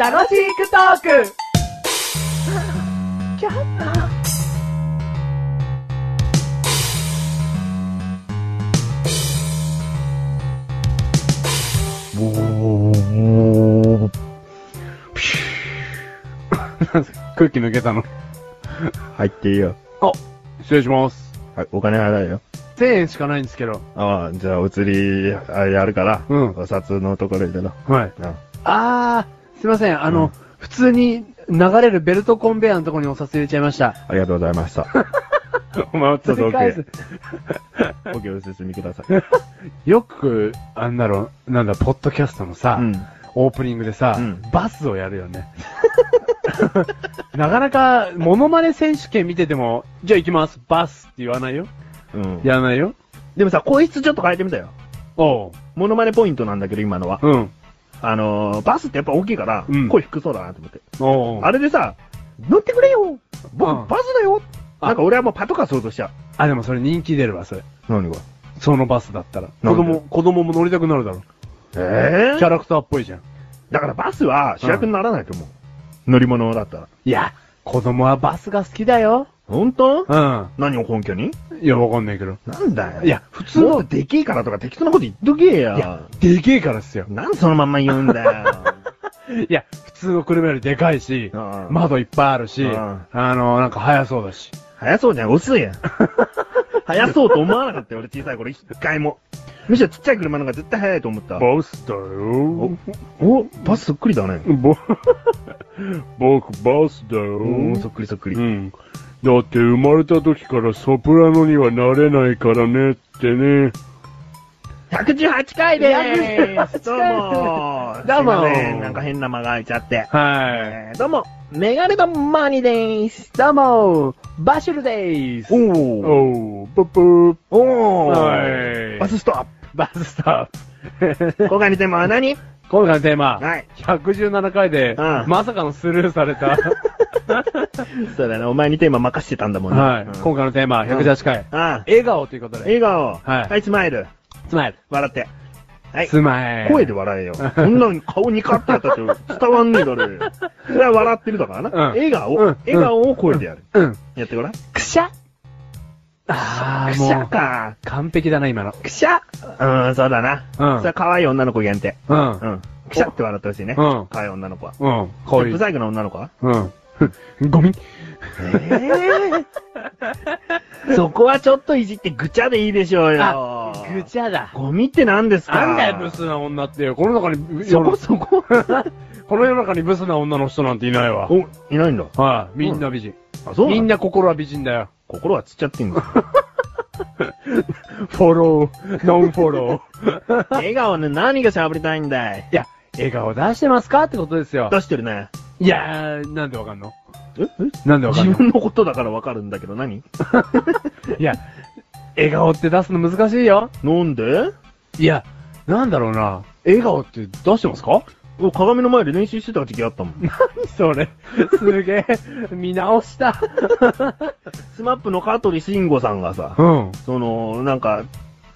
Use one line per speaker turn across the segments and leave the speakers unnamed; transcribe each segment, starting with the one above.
楽しくトーク
空気抜けたの。
入っていいよ。
失礼します。
はい、お金払えよ。
1000円しかないんですけど。
ああ、じゃあお釣り、あれやるから、
うん
お札のところ入れろ。
はい。
あ
あー、すいません。あの、
うん
普通に流れるベルトコンベアのところにお札入れちゃいました。
ありがとうございました。
お前、ちょっと
返
返
す
す。
お気を進みく ださい。
よく、あんだろ、なんだ、ポッドキャストのさ、
うん。
オープニングでさ、
うん
バスをやるよね。 なかなか、モノマネ選手権見てても、じゃあ行きます、バスって言わないよ。
うん。いや、
やらないよ。
でもさ、こいつちょっと変えてみたよ。
おう。
モノマネポイントなんだけど、今のは。
うん。
あのー、バスってやっぱ大きいから、
うん
声低そうだなと思って。
おう。
あれでさ、乗ってくれよ僕、
うん
バスだよ
あ
なんか俺はもうパトカー想像しちゃ
あ、でもそれ人気出るわ、そ
う。
れ。
何が
そのバスだったら。
な
子
んで
供、子供も乗りたくなるだろ。
ええ
キャラクターっぽいじゃん。
だからバスは主役にならないと思う。乗り物だったら。
いや、子供はバスが好きだよ。
本当
うん。
何を根拠に
いや、わかんないけど。
なんだよ。
いや、普
普
通
通の
の、
でけえからとか適当なこと言っとけよ。
いや、でけえからっすよ。
なんでそのまんま言うんだ よ。
いや、普通の車よりでかいし、
うん
窓いっぱいあるし、
うん
あの、なんか速そうだし。
早そうじゃん、遅い やん。早そうと思わなかったよ、俺小さい頃、一回も。むしろちっちゃい車の方が絶対早いと思った。
バスだよ
お、お、バスそっくりだね。
ぼ、 僕バスだよ
うん、そっくりそっくり。
ん。だって生まれた時からソプラノにはなれないからねってね。
118回でーす
118
どうもー
どうも
すいま
ー
せんなんか変な間が空いちゃって。
はい。
えーどうも、メガネとマーニーでーす。
どうもバシルでーす
おー。
おう、ぷっぷー。
お
はい
バスストアッ
バススタ
プ。
ー。
今回のテーマは何
今回のテーマ、
はい。
117回で、
うん
まさかのスルーされた。
そうだね、お前にテーマ任してたんだもんね。
はい、
うん
今回のテーマ、118回、
ああ、
笑顔ということで。
笑顔。
はい
はい、スマイル。
スマイル。
笑って。はい。
スマイル。
声で笑えよ。そんなに顔にカッてやったって伝わんねえだろ。それは笑ってるだからな。
うん
笑顔、
うん
笑顔を声でやる。
うん。
やってごらん。
くしゃあ
く
ー、
し
も
ゃ
う、
か。
完璧だな、今の。
くしゃ。うん、そうだな。
うん
それは可愛い女の子限定。
うん。
うん。くしゃって笑ってほしいね。
うん
可愛い女の子は。
うん。こうい
不
う。
細工な女の子は
うん。ゴミ。
えー そこはちょっといじってぐちゃでいいでしょうよ。
ぐちゃだ
ゴミって何ですか
なんだよ、ブスな女って。この中に、
そこそこ。
この世の中にブスな女の人なんていないわ。
お、いないんだ。
はい、みんな美人。
あ、そう
み
み
ん
んな
な心は美人だ よ。
心はつっちゃってんだ。
フォロー、ノンフォロー。
笑顔ね、何が喋りたいんだい
いや、笑顔出してますかってことですよ。
出してるね。
いやー、なんでわかんの
ええ
なんでわか
自
んの
分のことだからわかるんだけど何、
いや、笑顔って出すの難しいよ。
なんで
いや、なんだろうな。笑顔って出してますか
お鏡の前で練習してた時期あったもん。
それ。すげえ。見直した。
スマップの香取慎吾さんがさ
う、ん。
その、なんか、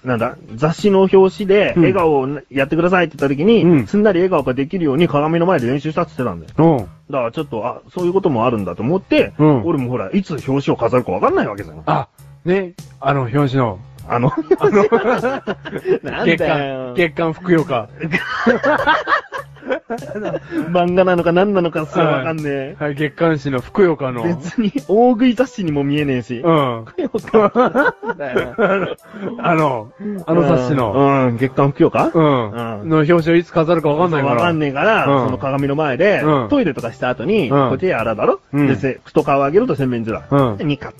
なんだ、雑誌の表紙で、
うん
笑顔をやってくださいって言った時に、
うん
すんなり笑顔ができるように鏡の前で練習したって言ってたんだよ。
うん。
だからちょっと、あ、そういうこともあるんだと思って、
うん
俺もほら、いつ表紙を飾るかわかんないわけじゃん。
あ、ね、あの、表紙の、
あの、
あの、
なん
月
だよ
刊、。月刊服用 か。
漫画なのか何なのかすらわかんねえ。
はい、月刊誌の服用かの。
別に、大食い雑誌にも見えねえし。
うん。 あの、あの雑誌の、
うん、うん月刊不況か
う。
うんん
の表紙をいつ飾るかわかんないから。
わかんねえから、
うん
その鏡の前で、
うん
トイレとかした後に、
うん
こう手洗うだろ、
うん
で、せ太顔上げると洗面所だ。
うん
でニカッと。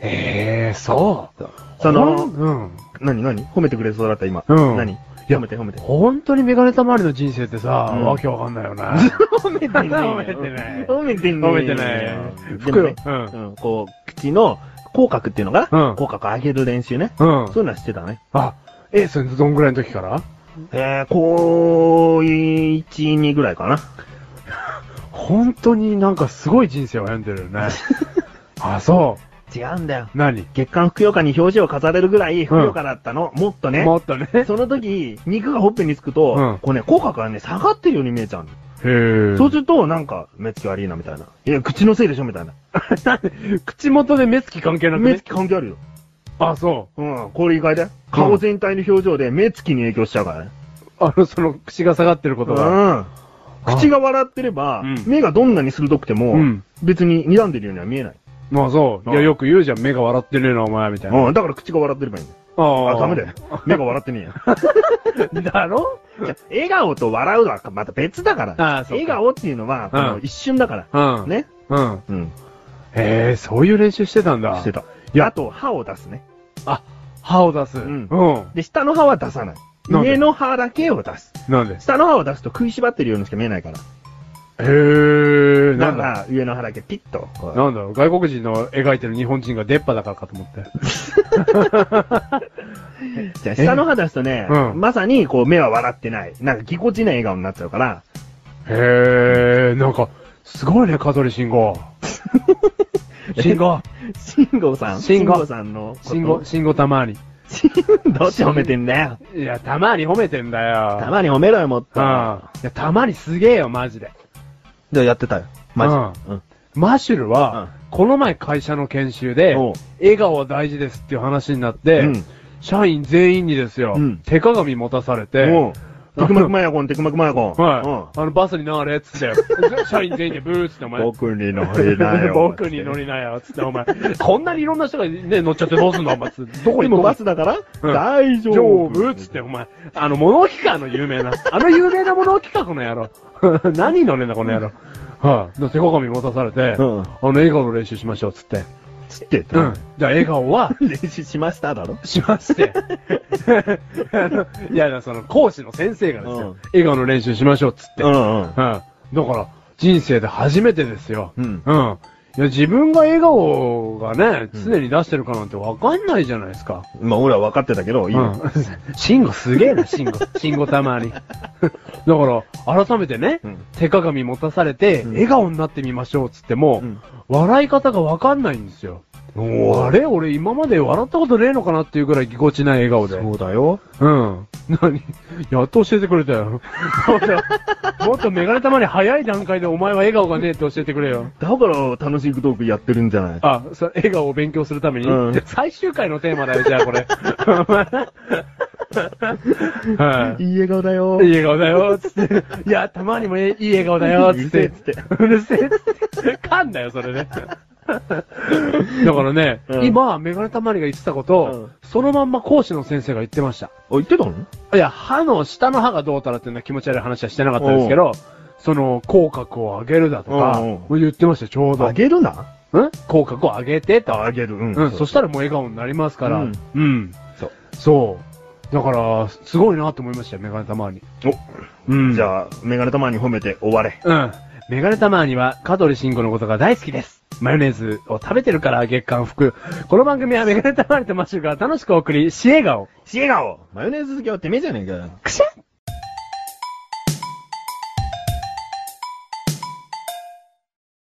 ええー、そう。
そ
ほん
の、
うん。
何何褒めてくれそうだった今。
うん
何
や
褒めて褒めて。
本当にメガネたまわりの人生ってさ、
うん
わけわかんないよね。
褒めて
ない 褒
褒めて
褒めてない。
でもね、
服よ
うん、こう、口の口角っていうのかな、
うん
口角上げる練習ね。
うん。う。
そうんいうのはしてたね。
あ、え、それどんぐらいの時から
えー、高1、2ぐらいかな。
本当になんかすごい人生を歩んでるよね。あ、そ
違うんだよ。
何
月間ふくよかに表情を飾れるぐらいふくよかだったの。もっとね。
もっとね。
その時、肉がほっぺにつくと、
うん
こうね、口角がね、下がってるように見えちゃうの。
へ
そうすると、なんか、目つき悪いな、みたいな。いや、口のせいでしょ、みたいな。
口元で目つき関係なく
目
ね
つ。き関係あるよ。
あ、そ
うん、これ意外だよ。顔全体の表情で目つきに影響しちゃうからね。
う。あの、その、口が下がってることが。
うん。口が笑ってれば
うん、
目がどんなに鋭くても、
うん
別に睨んでるようには見えない。
まあそう。いや、
うん
よく言うじゃん。目が笑ってねえな、お前、みたいな。
うん、だから口が笑ってればいいんだよ。
あ
あ、ダメだよ。目が笑ってねえや。
だろ
じゃ笑顔と笑うのはまた別だから。
あーそう
笑
か
顔っていうのは、この
うん
一瞬だから。
うん。。
ね。
うん。
うん。
へえ、そういう練習してたんだ。
してた。
いや
あと、歯を出すね。
歯を出す。
うん
うん。
で、下の歯は出さない。
なんで
上の歯だけを出す。
なんでへ
下の歯を出すと食いしばってるようにしか見えないから。
え、な
だ
ん
か
だ。
ら、上の歯だけピッと。こう
なんだろう、外国人の描いてる日本人が出っ歯だからかと思って。
じゃあ下の歯出すとね、
うん
まさにこう目は笑ってない。なんかぎこちない笑顔になっちゃうから、
へえ、なんか、すごいね、香取慎 吾。慎吾。
慎吾さん。
慎吾
さんのこと。
慎吾、慎吾たまに。
慎吾。 どっち褒めてんだよ。
いや、たまに褒めてんだよ。
たまに褒めろよ、もっと。
うん。いや、たまにすげえよ、マジで。
で、やってたよ。マジ。うん。
マシュルは、この前会社の研修で、
おう
笑顔は大事ですっていう話になって、
うん
社員全員にですよ、
うん
手鏡持たされて、
もう、テクマクマヤコン、テクマクマヤコン。
はい、あの、バスに流れっつって、 社員全員でブーっつって、お
う
前
ん。。僕に乗れなよ。
僕に乗りなよ、つって、お前。こんなにいろんな人がね、乗っちゃってどうすんの、お前。つってどこ
こ
に
に
も
も
バ
バ
ス
スだから、
うん
大丈
丈
夫。
夫つって、お前。あの、物置かの有名な。あの有名な物置か、この野郎。 何乗れんだ、この野郎。はい、で手鏡持たされて、
うん
あの、笑顔の練習しましょう、つって。
つって
う
た
ん。じゃあ、笑顔 は、
練習しましただろ
しま して。あのいやいや、その、講師の先生がです
うん
よ、笑顔の練習しましょう、つって。
んうん。
はい。だから、人生で初めてですよ。
うん
うん。いや、自分が笑顔がね、常に出してるかなんてわかんないじゃないですか。
まあ、俺は分かってたけど、いいよ。
うん。慎吾すげえな、慎吾。慎吾たまに。だから、改めてね、
うん
手鏡持たされて、
うん
笑顔になってみましょうっつっても、
うん
笑い方がわかんないんですよ。あれ俺今まで笑ったことねえのかなっていうぐらいぎこちない笑顔で。
そうだよ。
うん。何やっと教えてくれたよ。 もっともっとメガネたまに早い段階でお前は笑顔がねえって教えてくれよ。
だから、楽しいトークやってるんじゃない
あ、それ笑顔を勉強するために、
うん
最終回のテーマだよ、じゃあこ れ。 はい
いい笑顔だよ
いい笑顔だよ、つって。いや、たまにもいい笑顔だよ、つって。うるせえ、つって。かんだよ、それね。だからね、
うん
今、メガネたまりが言ってたことを、
うん
そのまんま講師の先生が言ってました。
あ、言ってたの
いや、歯の、下の歯がどうたらっていうのは気持ち悪い話はしてなかったんですけど、その、口角を上げるだとか
おうお、
言ってましたよ、ちょうど。
あげるな
うん口角を上げてと。
げる。う
うん、そ
し
したらもう笑顔になりますから。
う
うんん。
そう。
そう。だから、すごいなと思いましたよ、メガネたまわり。う
お、
ん。
じ
あ。
ゃあ、メガネたまに褒めて終われ。
うん。メガネたまわりは、香取慎吾のことが大好きです。マヨネーズを食べてるから月間服。この番組はメガネたまわりとマッシュルが楽しくお送り、し笑顔。
し笑顔マヨネーズ好きはてめえじゃねえかよ。
くしゃ